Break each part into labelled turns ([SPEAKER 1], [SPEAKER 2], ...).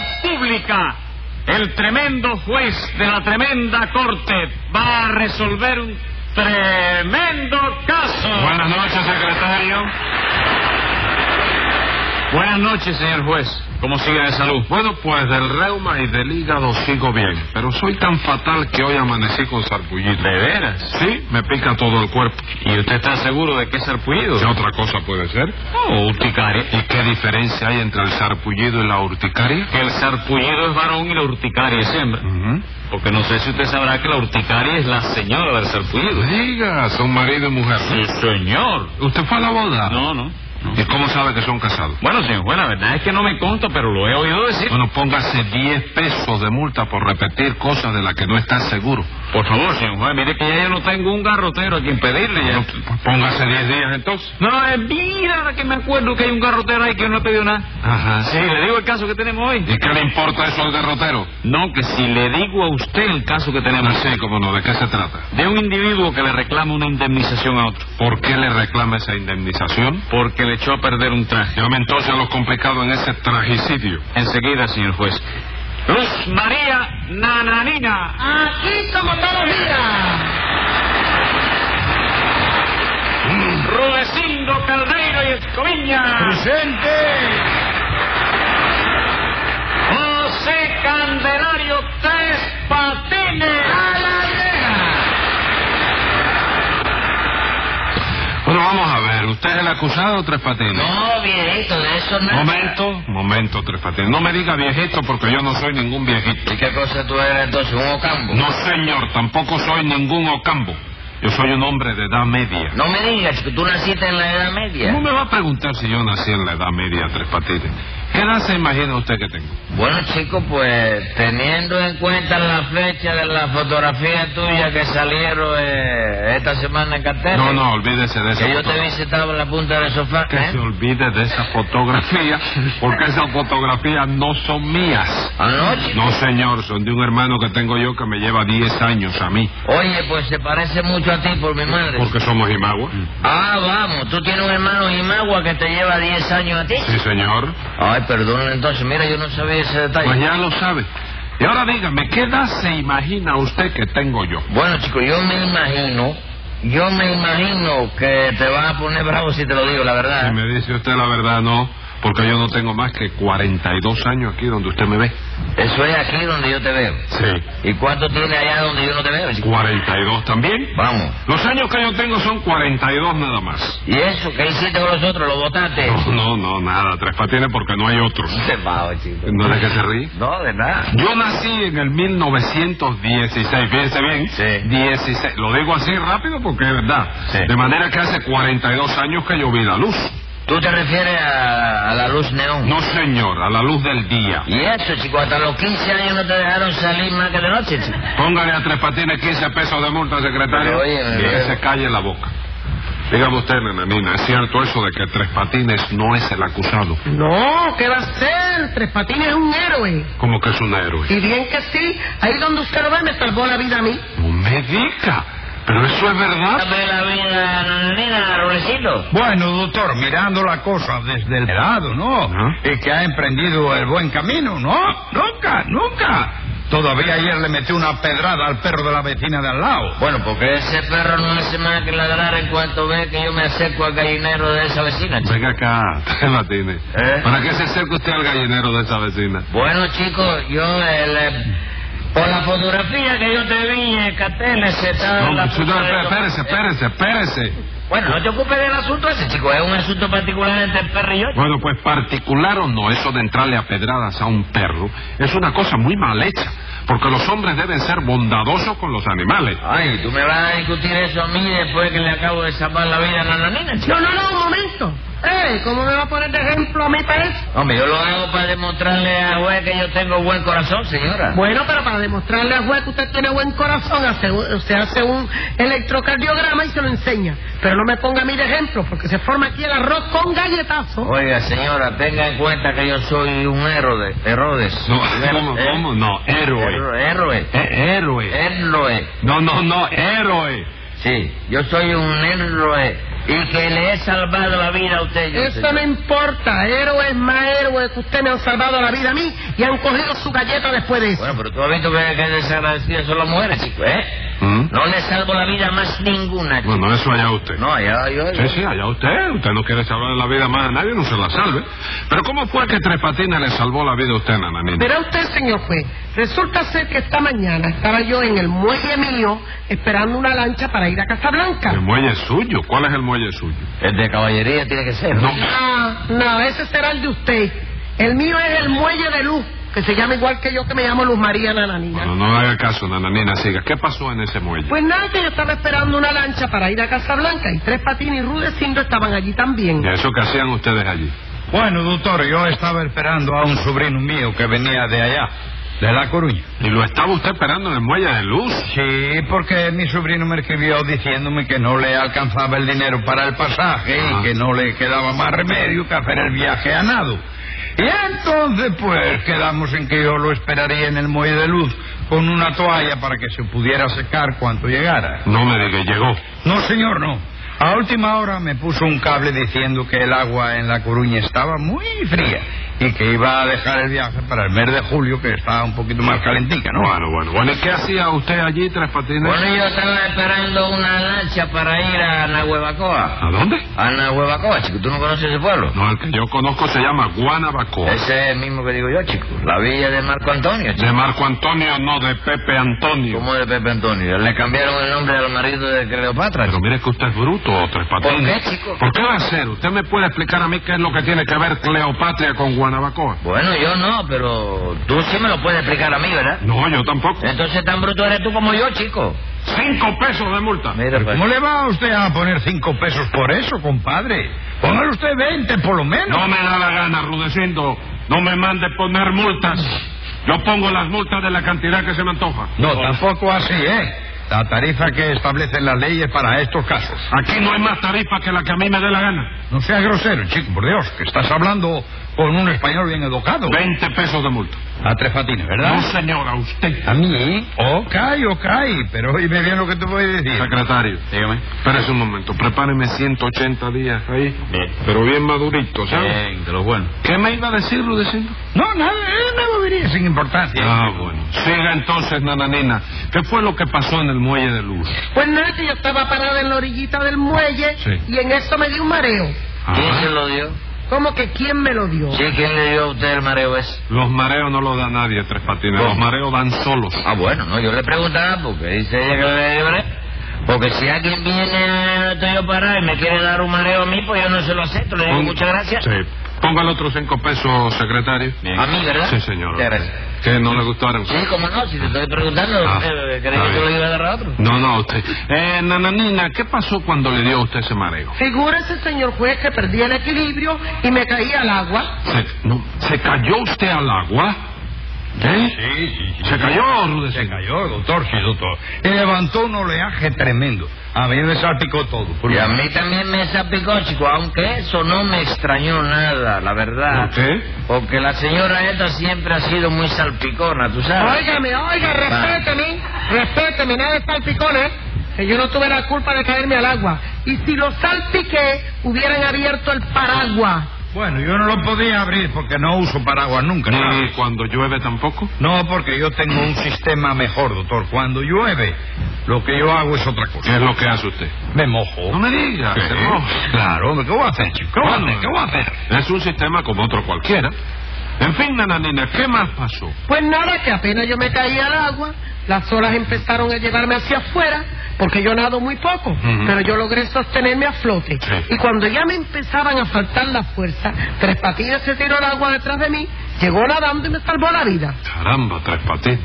[SPEAKER 1] República, el tremendo juez de la tremenda corte va a resolver un tremendo caso.
[SPEAKER 2] Buenas noches, secretario.
[SPEAKER 1] Buenas noches, señor juez. ¿Cómo sigue de salud?
[SPEAKER 2] Bueno, pues del reuma y del hígado sigo bien, pero soy tan fatal que hoy amanecí con sarpullido.
[SPEAKER 1] ¿De veras?
[SPEAKER 2] Sí, me pica todo el cuerpo.
[SPEAKER 1] ¿Y usted está seguro de que es sarpullido?
[SPEAKER 2] ¿Qué otra cosa puede ser?
[SPEAKER 1] Oh, urticaria.
[SPEAKER 2] ¿Y qué diferencia hay entre el sarpullido y la urticaria?
[SPEAKER 1] Que el sarpullido es varón y la urticaria es hembra.
[SPEAKER 2] Ujú.
[SPEAKER 1] Porque no sé si usted sabrá que la urticaria es la señora del sarpullido.
[SPEAKER 2] Diga, son marido y mujer.
[SPEAKER 1] Sí, señor.
[SPEAKER 2] ¿Usted fue a la boda?
[SPEAKER 1] No, no.
[SPEAKER 2] ¿Y cómo sabe que son casados?
[SPEAKER 1] Bueno, señor juez, la verdad es que no me consta, pero lo he oído decir.
[SPEAKER 2] Bueno, póngase 10 pesos de multa por repetir cosas de las que no está seguro.
[SPEAKER 1] Por favor, señor juez, mire que ya yo no tengo un garrotero a quien pedirle. ya.
[SPEAKER 2] Bueno, póngase 10 días entonces.
[SPEAKER 1] No, no, eh, mira ahora que me acuerdo que hay un garrotero ahí que no he pedido nada.
[SPEAKER 2] Ajá.
[SPEAKER 1] Sí, le digo el caso que tenemos hoy.
[SPEAKER 2] ¿Y qué le importa eso al derrotero?
[SPEAKER 1] No, que si le digo a usted el caso que
[SPEAKER 2] No
[SPEAKER 1] tenemos,
[SPEAKER 2] sé, cómo no, ¿de qué se trata?
[SPEAKER 1] de un individuo que le reclama una indemnización a otro,
[SPEAKER 2] ¿Por qué le reclama esa indemnización?
[SPEAKER 1] porque le echó a perder un traje.
[SPEAKER 2] Llame entonces a lo complicado en ese tragicidio.
[SPEAKER 1] Enseguida, señor juez. Luz María Nananina.
[SPEAKER 3] Aquí como todos los días.
[SPEAKER 1] Rudecindo Caldeiro y Escoviña.
[SPEAKER 2] ¡Presente!
[SPEAKER 1] José Candelario Tres Patines.
[SPEAKER 3] A la reja.
[SPEAKER 2] Bueno, vamos a ver, ¿usted es el acusado o Tres Patines?
[SPEAKER 3] No, viejito, de eso nada.
[SPEAKER 2] Momento, momento, Tres Patines. No me diga viejito porque yo no soy ningún viejito.
[SPEAKER 3] ¿Y qué cosa tú eres entonces? ¿Un ocambo?
[SPEAKER 2] No, señor, tampoco soy ningún ocambo. Yo soy un hombre de edad media.
[SPEAKER 3] No me digas que tú naciste en la Edad Media.
[SPEAKER 2] ¿Cómo me va a preguntar si yo nací en la edad media, Tres Patines? ¿Qué edad se imagina usted que tengo?
[SPEAKER 3] Bueno, chicos, pues teniendo en cuenta la fecha de la fotografía tuya que salieron eh, esta semana en cartera.
[SPEAKER 2] No, no, olvídese de esa
[SPEAKER 3] Que yo te
[SPEAKER 2] fotografía.
[SPEAKER 3] visitaba en la punta del sofá.
[SPEAKER 2] Que
[SPEAKER 3] ¿eh?
[SPEAKER 2] se olvide de esa fotografía, porque esas fotografías no son mías.
[SPEAKER 3] Anoche.
[SPEAKER 2] No, señor, son de un hermano que tengo yo que me lleva 10 años a mí.
[SPEAKER 3] Oye, pues se parece mucho a ti por mi madre.
[SPEAKER 2] Porque somos Imagua.
[SPEAKER 3] Ah, vamos, tú tienes un hermano Imagua que te lleva 10 años a ti.
[SPEAKER 2] Sí, señor.
[SPEAKER 3] Ay, perdón, entonces, mira, yo no sabía ese detalle.
[SPEAKER 2] Pues ya lo sabe. Y ahora dígame, ¿qué edad se imagina usted que tengo yo?
[SPEAKER 3] Bueno, chicos, yo me imagino, yo me imagino que te vas a poner bravo si te lo digo, la verdad.
[SPEAKER 2] Si me dice usted la verdad, no, porque yo no tengo más que 42 años aquí donde usted me ve.
[SPEAKER 3] Eso es aquí donde yo te veo.
[SPEAKER 2] Sí.
[SPEAKER 3] ¿Y cuánto tiene allá donde yo no te veo, chico?
[SPEAKER 2] 42 también.
[SPEAKER 3] Vamos.
[SPEAKER 2] Los años que yo tengo son 42 nada más.
[SPEAKER 3] ¿Y eso qué hiciste con los otros? ¿Lo botaste?
[SPEAKER 2] No, no, no, nada, tres patines porque no hay otros.
[SPEAKER 3] No te pago, chico.
[SPEAKER 2] ¿No es que se ríe?
[SPEAKER 3] No, de nada.
[SPEAKER 2] Yo nací en el 1916, fíjense bien.
[SPEAKER 3] Sí.
[SPEAKER 2] 16. Lo digo así rápido porque es verdad.
[SPEAKER 3] Sí.
[SPEAKER 2] De manera que hace 42 años que yo vi la luz.
[SPEAKER 3] ¿Tú te refieres a, a la luz neón?
[SPEAKER 2] No, señor, a la luz del día.
[SPEAKER 3] ¿Y eso, chico? Hasta los 15 años no te dejaron salir más que de noche, chico.
[SPEAKER 2] Póngale a Tres Patines 15 pesos de multa, secretario.
[SPEAKER 3] Pero, oye,
[SPEAKER 2] y
[SPEAKER 3] pero-
[SPEAKER 2] que se calle la boca. Dígame usted, nenanina, ¿es cierto eso de que Tres Patines no es el acusado?
[SPEAKER 4] No, ¿qué va a ser? Tres Patines es un héroe.
[SPEAKER 2] Como que es un héroe.
[SPEAKER 4] Y bien que sí, ahí donde usted lo ve me salvó la vida a mí.
[SPEAKER 2] No me diga. Pero eso es verdad.
[SPEAKER 3] Dame la vida, nananina, Rulecito.
[SPEAKER 5] Bueno, doctor, mirando la cosa desde el lado, ¿no?
[SPEAKER 2] Ajá.
[SPEAKER 5] Y que ha emprendido el buen camino, ¿no? Nunca, nunca. Todavía ayer le metió una pedrada al perro de la vecina de al lado.
[SPEAKER 3] Bueno, porque ese perro no hace más que ladrar en cuanto ve que yo me acerco al gallinero de esa vecina, chico.
[SPEAKER 2] Venga acá, Tres Patines.
[SPEAKER 3] ¿Eh?
[SPEAKER 2] ¿Para qué se acerca usted al gallinero de esa vecina?
[SPEAKER 4] Eh,
[SPEAKER 3] Bueno, chicos, yo... el, eh, por la fotografía que yo te vi en Catenes, estaba en
[SPEAKER 2] No,
[SPEAKER 3] la...
[SPEAKER 2] señor,
[SPEAKER 3] punta de-
[SPEAKER 2] espérese, espérese, espérese.
[SPEAKER 3] Bueno, no te ocupes del asunto ese, chico. Es un asunto particular entre el perro y yo.
[SPEAKER 2] Bueno, pues particular o no, eso de entrarle a pedradas a un perro es una cosa muy mal hecha, porque los hombres deben ser bondadosos con los animales.
[SPEAKER 3] Ay, tú me vas a discutir eso a mí después que le acabo de salvar la vida a Nananina, chico.
[SPEAKER 4] No, no, no, un momento. Eh, ¿cómo me va a poner de ejemplo a mí para eso?
[SPEAKER 3] Hombre, yo lo hago para demostrarle a juez que yo tengo buen corazón, señora.
[SPEAKER 4] Bueno, pero para demostrarle al juez que usted tiene buen corazón, hace, usted hace un electrocardiograma y se lo enseña. Pero no me ponga a mí de ejemplo, porque se forma aquí el arroz con galletazo.
[SPEAKER 3] Oiga, señora, tenga en cuenta que yo soy un héroe. Herodes.
[SPEAKER 2] No, ¿cómo,
[SPEAKER 3] ¿Eh?
[SPEAKER 2] cómo? No, héroe.
[SPEAKER 3] Héroe. Héroe.
[SPEAKER 2] Eh, héroe.
[SPEAKER 3] Héroe.
[SPEAKER 2] No, no, no, héroe.
[SPEAKER 3] Sí, yo soy un héroe y que le he salvado la vida a usted. yo,
[SPEAKER 4] Eso
[SPEAKER 3] señor.
[SPEAKER 4] no importa, héroe es más héroe debo de que usted me han salvado la vida a mí y han cogido su galleta después de eso.
[SPEAKER 3] Bueno, pero tú has visto que, que desagradecidas son las mujeres, chico, ¿eh?
[SPEAKER 2] ¿Mm?
[SPEAKER 3] No le salvo la vida más ninguna, chico.
[SPEAKER 2] Bueno, eso allá usted.
[SPEAKER 3] No, yo, yo, yo.
[SPEAKER 2] Sí, sí, allá usted. Usted no quiere salvar la vida más a nadie, no se la salve. Pero ¿cómo fue que Tres Patines le salvó la vida a usted, Nananina?
[SPEAKER 4] Verá usted, señor juez, resulta ser que esta mañana estaba yo en el muelle mío esperando una lancha para ir a Casablanca.
[SPEAKER 2] El muelle es suyo. ¿Cuál es el muelle suyo?
[SPEAKER 3] El de caballería tiene que ser, ¿no?
[SPEAKER 4] Ah, no, ese será el de usted. El mío es el muelle de Luz, que se llama igual que yo, que me llamo Luz María Nananina.
[SPEAKER 2] Bueno, no haga caso, Nananina, siga. ¿Qué pasó en ese muelle?
[SPEAKER 4] Pues nada, que yo estaba esperando una lancha para ir a Casablanca y Tres Patines y Rudecindo estaban allí también.
[SPEAKER 2] ¿Y eso que hacían ustedes allí?
[SPEAKER 5] Bueno, doctor, yo estaba esperando a un sobrino mío que venía de allá, de La Coruña.
[SPEAKER 2] ¿Y lo estaba usted esperando en el muelle de luz?
[SPEAKER 5] Sí, porque mi sobrino me escribió diciéndome que no le alcanzaba el dinero para el pasaje
[SPEAKER 2] Ah.
[SPEAKER 5] y que no le quedaba más remedio que hacer el viaje a nado. Y entonces, pues, quedamos en que yo lo esperaría en el muelle de luz con una toalla para que se pudiera secar cuando llegara.
[SPEAKER 2] No me diga, llegó.
[SPEAKER 5] No, señor, no. A última hora me puso un cable diciendo que el agua en La Coruña estaba muy fría y que iba a dejar el viaje para el mes de julio, que estaba un poquito más calentica, ¿no?
[SPEAKER 2] Bueno, bueno, bueno. ¿Y qué hacía usted allí, Tres Patines?
[SPEAKER 3] Bueno, yo estaba esperando una lancha para ir a Nahuevacoa.
[SPEAKER 2] ¿A dónde?
[SPEAKER 3] A Nahuevacoa, chico. ¿Tú no conoces ese pueblo?
[SPEAKER 2] No, el que yo conozco se llama Guanabacoa.
[SPEAKER 3] Ese es el mismo que digo yo, chico. La villa de Marco Antonio, chico.
[SPEAKER 2] De Marco Antonio, no de Pepe Antonio.
[SPEAKER 3] ¿Cómo de Pepe Antonio? Le cambiaron el nombre al marido de Cleopatra,
[SPEAKER 2] Pero
[SPEAKER 3] chico.
[SPEAKER 2] mire que usted es bruto, Tres Patines.
[SPEAKER 3] ¿Por qué, chico?
[SPEAKER 2] ¿Por qué va a ser? ¿Usted me puede explicar a mí qué es lo que tiene que ver Cleopatria con Guanabacoa?
[SPEAKER 3] Bueno, yo no, pero tú sí me lo puedes explicar a mí, ¿verdad?
[SPEAKER 2] No, yo tampoco.
[SPEAKER 5] Eh.
[SPEAKER 3] Entonces tan bruto eres tú como yo, chico.
[SPEAKER 2] Cinco pesos de multa.
[SPEAKER 3] Mira, pues.
[SPEAKER 5] ¿Cómo le va a usted a poner cinco pesos por eso, compadre? Póngale usted veinte, por lo menos.
[SPEAKER 2] No me da la gana, Rudecindo. No me mande poner multas. Yo pongo las multas de la cantidad que se me antoja.
[SPEAKER 5] No, tampoco así, ¿eh? La tarifa que establecen las leyes para estos casos.
[SPEAKER 2] Aquí no hay más tarifa que la que a mí me dé la gana.
[SPEAKER 5] No sea grosero, chico, por Dios, que estás hablando con un español bien educado.
[SPEAKER 2] Veinte pesos de multa.
[SPEAKER 5] A tres patines,
[SPEAKER 2] No,
[SPEAKER 5] ¿verdad?
[SPEAKER 2] señora, usted.
[SPEAKER 5] ¿A mí? Ok, ok, pero oíme bien lo que te voy a decir.
[SPEAKER 2] Secretario. Dígame. Espérese un momento. Prepáreme 180 días ahí.
[SPEAKER 3] Bien.
[SPEAKER 2] Pero bien madurito, ¿sabes?
[SPEAKER 3] de lo bueno.
[SPEAKER 2] ¿Qué me iba a decir, Rudecindo?
[SPEAKER 5] No, nada, es una bobería sin importancia.
[SPEAKER 2] Ah, bueno. Siga entonces, nananina. ¿Qué fue lo que pasó en el muelle de luz?
[SPEAKER 4] Pues nada, que yo estaba parada en la orillita del muelle
[SPEAKER 2] Sí.
[SPEAKER 4] y en eso me dio un mareo.
[SPEAKER 3] ¿Quién
[SPEAKER 2] Ajá.
[SPEAKER 3] se lo dio?
[SPEAKER 4] ¿Cómo que quién me lo dio?
[SPEAKER 3] Sí, ¿quién le dio a usted el mareo ese?
[SPEAKER 2] Los mareos no los da nadie, Tres Patines. Los mareos dan solos.
[SPEAKER 3] Ah, bueno, no, yo le preguntaba porque dice ella que le dio mareo. Porque si alguien viene, estoy yo parado y me quiere dar un mareo a mí, pues yo no se lo acepto. Le digo
[SPEAKER 2] Pon-
[SPEAKER 3] muchas gracias.
[SPEAKER 2] Sí. Ponga el otro cinco pesos, secretario.
[SPEAKER 3] A mí, ¿verdad?
[SPEAKER 2] Sí, señor.
[SPEAKER 3] Muchas gracias. ¿Eh?
[SPEAKER 2] Que no le gustaron.
[SPEAKER 3] Sí, cómo no, si te estoy preguntando,
[SPEAKER 2] Ah,
[SPEAKER 3] eh,
[SPEAKER 2] está
[SPEAKER 3] ¿crees que tú
[SPEAKER 2] bien.
[SPEAKER 3] lo iba a agarrar a otro?
[SPEAKER 2] No, no, usted. Eh, nananina, ¿qué pasó cuando le dio a usted ese mareo?
[SPEAKER 4] Figúrese, señor juez, que perdí el equilibrio y me caí al agua.
[SPEAKER 2] ¿Se, no, ¿se cayó usted al agua? ¿Eh?
[SPEAKER 5] Sí, sí, sí.
[SPEAKER 2] ¿Se cayó,
[SPEAKER 5] Se
[SPEAKER 2] Rudecindo?
[SPEAKER 5] cayó, doctor, sí, doctor. Y levantó un oleaje tremendo. A mí me salpicó todo. por
[SPEAKER 3] Y a
[SPEAKER 5] lo-
[SPEAKER 3] mí también me salpicó, chico, aunque eso no me extrañó nada, la verdad.
[SPEAKER 2] ¿Por qué?
[SPEAKER 3] Porque la señora esta siempre ha sido muy salpicona, tú sabes.
[SPEAKER 4] Óigame, oiga, respéteme, respéteme, nada de salpicones, que yo no tuve la culpa de caerme al agua. Y si los salpiqué, hubieran abierto el paraguas.
[SPEAKER 5] Bueno, yo no lo podía abrir porque no uso paraguas nunca.
[SPEAKER 2] ¿Ni
[SPEAKER 5] ¿sabes?
[SPEAKER 2] cuando llueve tampoco?
[SPEAKER 5] No, porque yo tengo un sistema mejor, doctor. Cuando llueve, lo que yo hago es otra
[SPEAKER 2] ¿Qué
[SPEAKER 5] cosa.
[SPEAKER 2] es lo que hace usted?
[SPEAKER 5] Me mojo.
[SPEAKER 2] No me diga.
[SPEAKER 5] Sí,
[SPEAKER 2] se moja.
[SPEAKER 5] Claro, hombre, ¿qué voy a hacer, chico? ¿Qué voy a
[SPEAKER 2] Bueno,
[SPEAKER 5] hacer? ¿Qué voy a hacer?
[SPEAKER 2] Es un sistema como otro cualquiera. En fin, nananina, ¿qué más pasó?
[SPEAKER 4] Pues nada, que apenas yo me caí al agua, las olas empezaron a llevarme hacia afuera, porque yo nado muy poco,
[SPEAKER 2] Ujú.
[SPEAKER 4] pero yo logré sostenerme a flote.
[SPEAKER 2] Sí.
[SPEAKER 4] Y cuando ya me empezaban a faltar las fuerzas, Tres Patines se tiró al agua detrás de mí, llegó nadando y me salvó la vida.
[SPEAKER 2] Caramba, tres patines.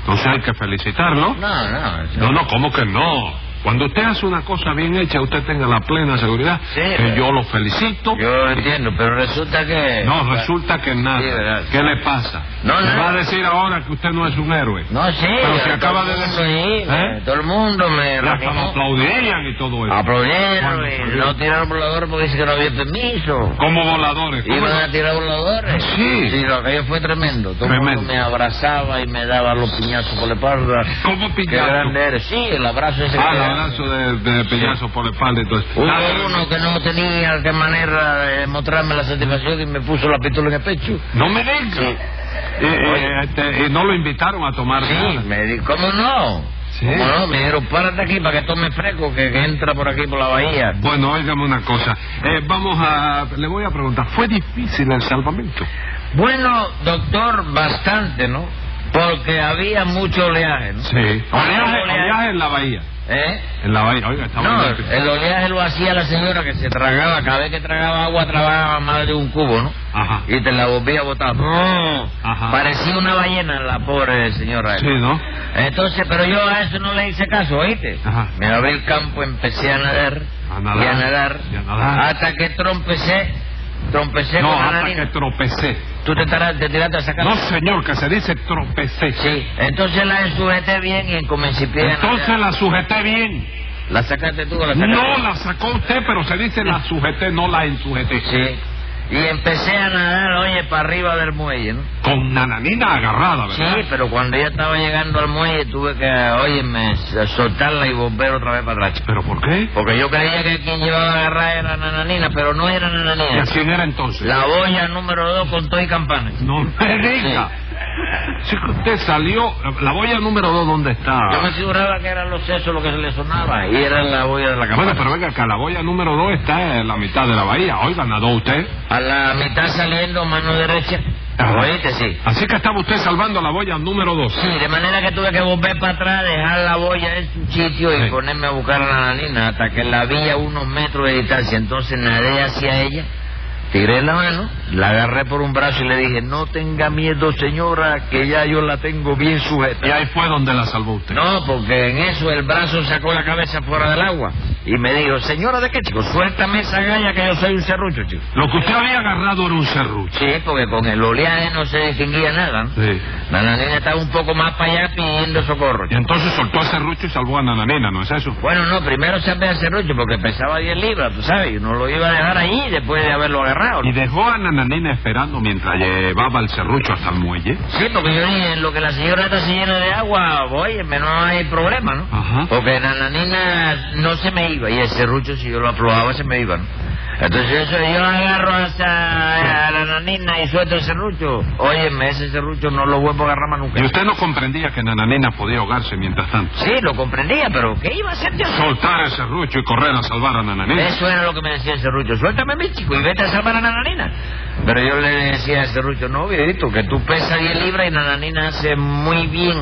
[SPEAKER 2] Entonces hay que felicitarlo.
[SPEAKER 3] No, no. eso-
[SPEAKER 2] No, no, ¿cómo que no? Cuando usted hace una cosa bien hecha, usted tenga la plena seguridad
[SPEAKER 3] Sí,
[SPEAKER 2] que
[SPEAKER 3] pero-
[SPEAKER 2] yo lo felicito.
[SPEAKER 3] Yo entiendo, pero resulta que...
[SPEAKER 2] No, resulta que
[SPEAKER 3] Sí,
[SPEAKER 2] nada.
[SPEAKER 3] verdad.
[SPEAKER 2] ¿Qué le pasa?
[SPEAKER 3] No,
[SPEAKER 2] Me
[SPEAKER 3] no.
[SPEAKER 2] va a decir ahora que usted no es un héroe.
[SPEAKER 3] No, sí.
[SPEAKER 2] Pero si
[SPEAKER 3] todo
[SPEAKER 2] acaba
[SPEAKER 3] el
[SPEAKER 2] de
[SPEAKER 3] mundo
[SPEAKER 2] decir-
[SPEAKER 3] ahí,
[SPEAKER 2] ¿Eh?
[SPEAKER 3] Todo el mundo me...
[SPEAKER 2] Ya hasta lo
[SPEAKER 3] reclamó.
[SPEAKER 2] aplaudirían y todo
[SPEAKER 3] Ah,
[SPEAKER 2] eso.
[SPEAKER 3] Aplaudieron
[SPEAKER 2] Bueno,
[SPEAKER 3] y eh, no tiraron volador porque dice que no había permiso.
[SPEAKER 2] Como voladores. ¿cómo
[SPEAKER 3] Iban
[SPEAKER 2] no?
[SPEAKER 3] a tirar voladores.
[SPEAKER 2] Sí.
[SPEAKER 3] Sí, lo que fue tremendo. Todo el mundo
[SPEAKER 2] Tremendo.
[SPEAKER 3] me abrazaba y me daba los piñazos por la espalda.
[SPEAKER 2] ¿Cómo
[SPEAKER 3] Qué
[SPEAKER 2] piñazo?
[SPEAKER 3] grande eres. Sí, el abrazo ese
[SPEAKER 2] Ah,
[SPEAKER 3] que
[SPEAKER 2] el
[SPEAKER 3] te dan
[SPEAKER 2] pedazo de, de peñazo por la espalda y todo eso.
[SPEAKER 3] Hubo
[SPEAKER 2] Nada,
[SPEAKER 3] uno que no tenía de manera de mostrarme la satisfacción y me puso la pistola en el pecho.
[SPEAKER 2] No me digas.
[SPEAKER 3] Sí.
[SPEAKER 2] Y, y, este, y no lo invitaron a tomar
[SPEAKER 3] Sí,
[SPEAKER 2] nada.
[SPEAKER 3] me dijo, ¿cómo no?
[SPEAKER 2] Ah, Sí.
[SPEAKER 3] ¿Cómo no? Me dijeron, párate aquí para que tome fresco, que, que entra por aquí por la bahía.
[SPEAKER 2] Bueno, óigame una cosa. Eh, vamos a... Le voy a preguntar, ¿fue difícil el salvamento?
[SPEAKER 3] Bueno, doctor, bastante, ¿no? Porque había mucho oleaje, ¿no?
[SPEAKER 2] Sí. Oleaje, oleaje en la bahía.
[SPEAKER 3] ¿Eh?
[SPEAKER 2] En la bahía. Oiga, estamos...
[SPEAKER 3] No, eh,
[SPEAKER 2] en el-
[SPEAKER 3] el oleaje lo hacía la señora que se tragaba, cada vez que tragaba agua tragaba más de un cubo, ¿no?
[SPEAKER 2] Ajá.
[SPEAKER 3] Y te la volvía a botar. ¡Brum!
[SPEAKER 2] Ajá.
[SPEAKER 3] Parecía una ballena la pobre señora.
[SPEAKER 2] Sí, ¿no?
[SPEAKER 3] Entonces, pero yo a eso no le hice caso, ¿oíste?
[SPEAKER 2] Ajá.
[SPEAKER 3] Me abrí el campo, empecé a nadar,
[SPEAKER 2] A nadar,
[SPEAKER 3] y a nadar,
[SPEAKER 2] y a nadar.
[SPEAKER 3] hasta que trompecé, trompecé
[SPEAKER 2] No,
[SPEAKER 3] con la
[SPEAKER 2] hasta que
[SPEAKER 3] narina.
[SPEAKER 2] tropecé.
[SPEAKER 3] Tú te, tara- te tiraste a sacar.
[SPEAKER 2] No, señor, que se dice tropecé.
[SPEAKER 3] Sí, entonces la sujeté bien y comencé a nadar.
[SPEAKER 2] Entonces la sujeté bien.
[SPEAKER 3] ¿La sacaste tú o la sacaste
[SPEAKER 2] No la sacó usted, pero se dice la sujeté, no la ensujeté.
[SPEAKER 3] Sí. Y empecé a nadar, oye, para arriba del muelle, ¿no?
[SPEAKER 2] Con nananina agarrada, ¿verdad?
[SPEAKER 3] Sí, pero cuando ya estaba llegando al muelle tuve que, oye, me soltarla y volver otra vez para atrás.
[SPEAKER 2] ¿Pero por qué?
[SPEAKER 3] Porque yo creía que quien llevaba a agarrar era Nananina, pero no era
[SPEAKER 2] ¿Y a
[SPEAKER 3] Nananina.
[SPEAKER 2] quién era entonces?
[SPEAKER 3] La boya número dos con todo y campanas.
[SPEAKER 2] No me diga. Sí que usted salió... La boya número dos, ¿dónde está?
[SPEAKER 3] Yo me figuraba que eran los sesos lo que se le sonaba y era la boya de la
[SPEAKER 2] Bueno,
[SPEAKER 3] campana.
[SPEAKER 2] pero venga, que la boya número dos está en la mitad de la bahía. Oiga, nadó usted.
[SPEAKER 3] A la mitad saliendo, mano derecha.
[SPEAKER 2] Ajá.
[SPEAKER 3] ¿Oíste? Sí.
[SPEAKER 2] Ah. Así que estaba usted salvando la boya número dos.
[SPEAKER 3] Sí, de manera que tuve que volver para atrás, dejar la boya en su sitio y
[SPEAKER 2] Sí.
[SPEAKER 3] ponerme a buscar a la nanina hasta que la vi a unos metros de distancia. Entonces nadé hacia ella, tiré la mano, la agarré por un brazo y le dije, no tenga miedo señora, que ya yo la tengo bien sujeta.
[SPEAKER 2] Y ahí fue donde la salvó usted.
[SPEAKER 3] No, porque en eso el brazo sacó la cabeza fuera del agua y me dijo, señora, ¿de qué chico? Suéltame esa galla que yo soy un serrucho, chico.
[SPEAKER 2] Lo que usted había agarrado era un serrucho.
[SPEAKER 3] Sí, porque con el oleaje no se distinguía nada. ¿no?
[SPEAKER 2] Sí.
[SPEAKER 3] La nanina estaba un poco más para allá pidiendo socorro.
[SPEAKER 2] Y entonces soltó a serrucho y salvó a Nananina, ¿no es eso?
[SPEAKER 3] Bueno, no, primero salvé a Cerrucho porque pesaba 10 libras, tú sabes, y no lo iba a dejar ahí después de haberlo agarrado. ¿no?
[SPEAKER 2] Y dejó a Nananina esperando mientras llevaba el serrucho hasta el muelle.
[SPEAKER 3] Sí, porque yo dije, en lo que la señora está se llena de agua, óyeme, no hay problema, ¿no?
[SPEAKER 2] Ajá.
[SPEAKER 3] Porque la nanina no se me iba, y el serrucho si yo lo aprobaba se me iba, ¿no? Entonces eso, yo agarro hasta a la nanina y suelto el serrucho. Óyeme, ese serrucho no lo vuelvo a agarrar más nunca.
[SPEAKER 2] Y usted no comprendía que Nananina podía ahogarse mientras tanto.
[SPEAKER 3] Sí, lo comprendía, pero ¿qué iba a hacer yo?
[SPEAKER 2] Soltar el serrucho y correr a salvar a Nananina.
[SPEAKER 3] Eso era lo que me decía el serrucho. Suéltame, mi chico, y vete a salvar a Nananina. Pero yo le decía al serrucho, no, viejito, que tú pesas 10 libras y Nananina hace muy bien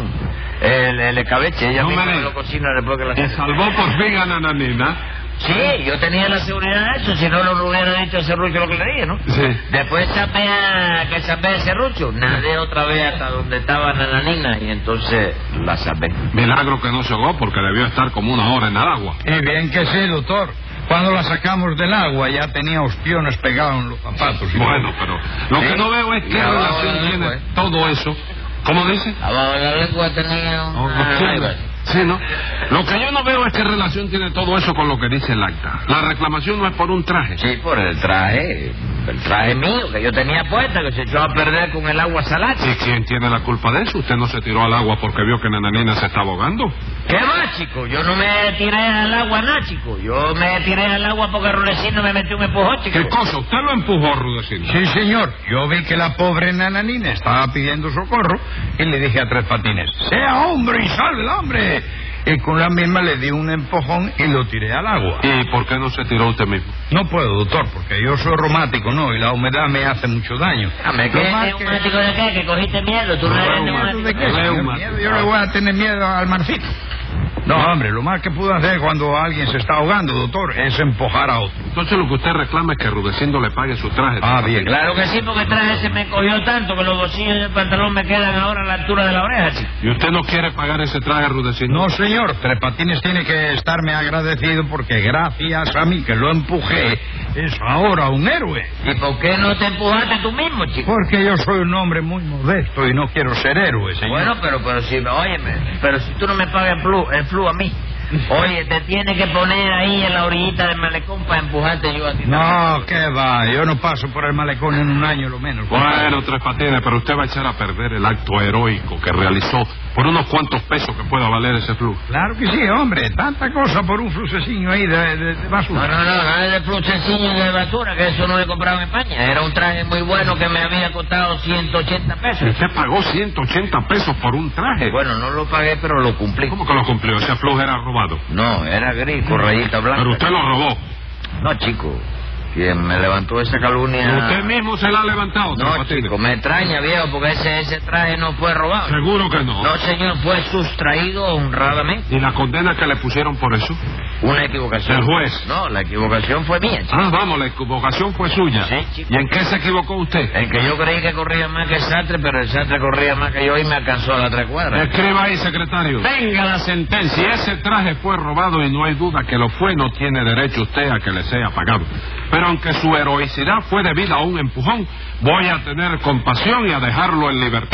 [SPEAKER 3] el, el escabeche. Ella
[SPEAKER 2] No
[SPEAKER 3] misma
[SPEAKER 2] me
[SPEAKER 3] me
[SPEAKER 2] digas.
[SPEAKER 3] lo cocina después que la
[SPEAKER 2] Y salvó por fin a Nananina.
[SPEAKER 3] Sí, yo tenía la seguridad de eso, si no lo hubiera dicho el serrucho lo que le dije, ¿no?
[SPEAKER 2] Sí.
[SPEAKER 3] Después sapé a- que sapé el serrucho, nadé otra vez hasta donde estaba Nananina y entonces la sapé.
[SPEAKER 2] Milagro que no se ahogó porque debió estar como una hora en el agua.
[SPEAKER 5] Y bien que sí, doctor. Cuando la sacamos del agua ya tenía ostiones pegados en los zapatos. y
[SPEAKER 2] Bueno, pero lo
[SPEAKER 3] Sí.
[SPEAKER 2] que no veo es
[SPEAKER 3] Y
[SPEAKER 2] qué
[SPEAKER 3] abajo de la
[SPEAKER 2] relación
[SPEAKER 3] lengua,
[SPEAKER 2] tiene
[SPEAKER 5] pues.
[SPEAKER 3] ¿eh?
[SPEAKER 2] todo eso. ¿Cómo dice?
[SPEAKER 5] Ah,
[SPEAKER 3] Abajo de la lengua tenía
[SPEAKER 2] No, no
[SPEAKER 3] una...
[SPEAKER 2] tiene. Sí, ¿no? Lo que yo no veo es qué relación tiene todo eso con lo que dice el acta. La reclamación no es por un traje.
[SPEAKER 3] Sí, por el traje, el traje mío que yo tenía puesta, que se echó a perder con el agua salada.
[SPEAKER 2] ¿Y quién tiene la culpa de eso? ¿Usted no se tiró al agua porque vio que Nananina se estaba ahogando?
[SPEAKER 3] ¿Qué más, chico? Yo no me tiré al agua, nada, chico. Yo me tiré al agua porque Rudecindo me metió un empujón, chico.
[SPEAKER 2] ¿Qué cosa? ¿Usted lo empujó, Rudecindo?
[SPEAKER 5] Sí, señor. Yo vi que la pobre nananina estaba pidiendo socorro y le dije a Tres Patines, sea hombre y salve al hombre. Y con la misma le di un empujón y lo tiré al agua.
[SPEAKER 2] ¿Y por qué no se tiró usted mismo?
[SPEAKER 5] No puedo, doctor, porque yo soy reumático, ¿no? Y la humedad me hace mucho daño.
[SPEAKER 3] Dame,
[SPEAKER 5] Lo
[SPEAKER 3] ¿qué
[SPEAKER 5] más
[SPEAKER 3] es
[SPEAKER 5] que-
[SPEAKER 3] neumático de qué? ¿Que cogiste miedo? ¿Tú no eres
[SPEAKER 5] ¿Miedo
[SPEAKER 3] neumático?
[SPEAKER 5] de qué, señor?
[SPEAKER 2] Reuma.
[SPEAKER 5] Miedo, Yo le voy a tener miedo al marcito. No, hombre, lo más que puedo hacer cuando alguien se está ahogando, doctor, es empujar a otro.
[SPEAKER 2] Entonces lo que usted reclama es que Rudecindo le pague su traje.
[SPEAKER 5] Ah, bien.
[SPEAKER 3] Claro que sí, porque el traje se me cogió tanto que los bolsillos del pantalón me quedan ahora a la altura de la oreja, chico.
[SPEAKER 2] ¿Y usted no quiere pagar ese traje, Rudecindo?
[SPEAKER 5] No, señor, Tres Patines tiene que estarme agradecido porque gracias a mí que lo empujé, es ahora un héroe.
[SPEAKER 3] ¿Y por qué no te empujaste tú mismo, chico?
[SPEAKER 5] Porque yo soy un hombre muy modesto y no quiero ser héroe, señor.
[SPEAKER 3] Bueno, pero, pero si, óyeme, pero si tú no me pagas el flu, el flu a mí, oye, te tienes que poner ahí en la orillita del malecón para empujarte yo a ti.
[SPEAKER 5] No, qué va, yo no paso por el malecón en un año lo menos.
[SPEAKER 2] Bueno, Tres Patines, pero usted va a echar a perder el acto heroico que realizó por unos cuantos pesos que pueda valer ese flujo.
[SPEAKER 5] Claro que sí, hombre. Tanta cosa por un flucecillo ahí de, de- de
[SPEAKER 3] No,
[SPEAKER 5] basura.
[SPEAKER 3] no, no, no es de fluchecillo de basura, que eso no he comprado en España. Era un traje muy bueno que me había costado 180 pesos.
[SPEAKER 2] Usted pagó 180 pesos por un traje.
[SPEAKER 3] Bueno, no lo pagué, pero lo cumplí.
[SPEAKER 2] ¿Cómo que lo cumplió? Ese flujo era robado.
[SPEAKER 3] No, era gris, con rayita blanca.
[SPEAKER 2] Pero usted lo robó.
[SPEAKER 3] No, chico, quien me levantó esa calumnia...
[SPEAKER 2] Usted mismo se la ha levantado, Tres
[SPEAKER 3] No,
[SPEAKER 2] Patines.
[SPEAKER 3] chico, me extraña, viejo, porque ese, ese traje no fue robado.
[SPEAKER 2] Seguro que no.
[SPEAKER 3] No, señor, fue sustraído honradamente.
[SPEAKER 2] ¿Y la condena que le pusieron por eso?
[SPEAKER 3] Una equivocación.
[SPEAKER 2] El juez.
[SPEAKER 3] No, la equivocación fue mía, chico.
[SPEAKER 2] Ah, vamos, la equivocación fue suya.
[SPEAKER 3] Sí, chico.
[SPEAKER 2] ¿Y en qué se equivocó usted?
[SPEAKER 3] El que yo creí que corría más que el Sartre, pero el Sartre corría más que yo y me alcanzó a la tres cuadras.
[SPEAKER 2] Escriba ahí, secretario.
[SPEAKER 1] Venga la sentencia.
[SPEAKER 2] Si ese traje fue robado y no hay duda que lo fue, no tiene derecho usted a que le sea pagado. Pero aunque su heroicidad fue debida a un empujón, voy a tener compasión y a dejarlo en libertad.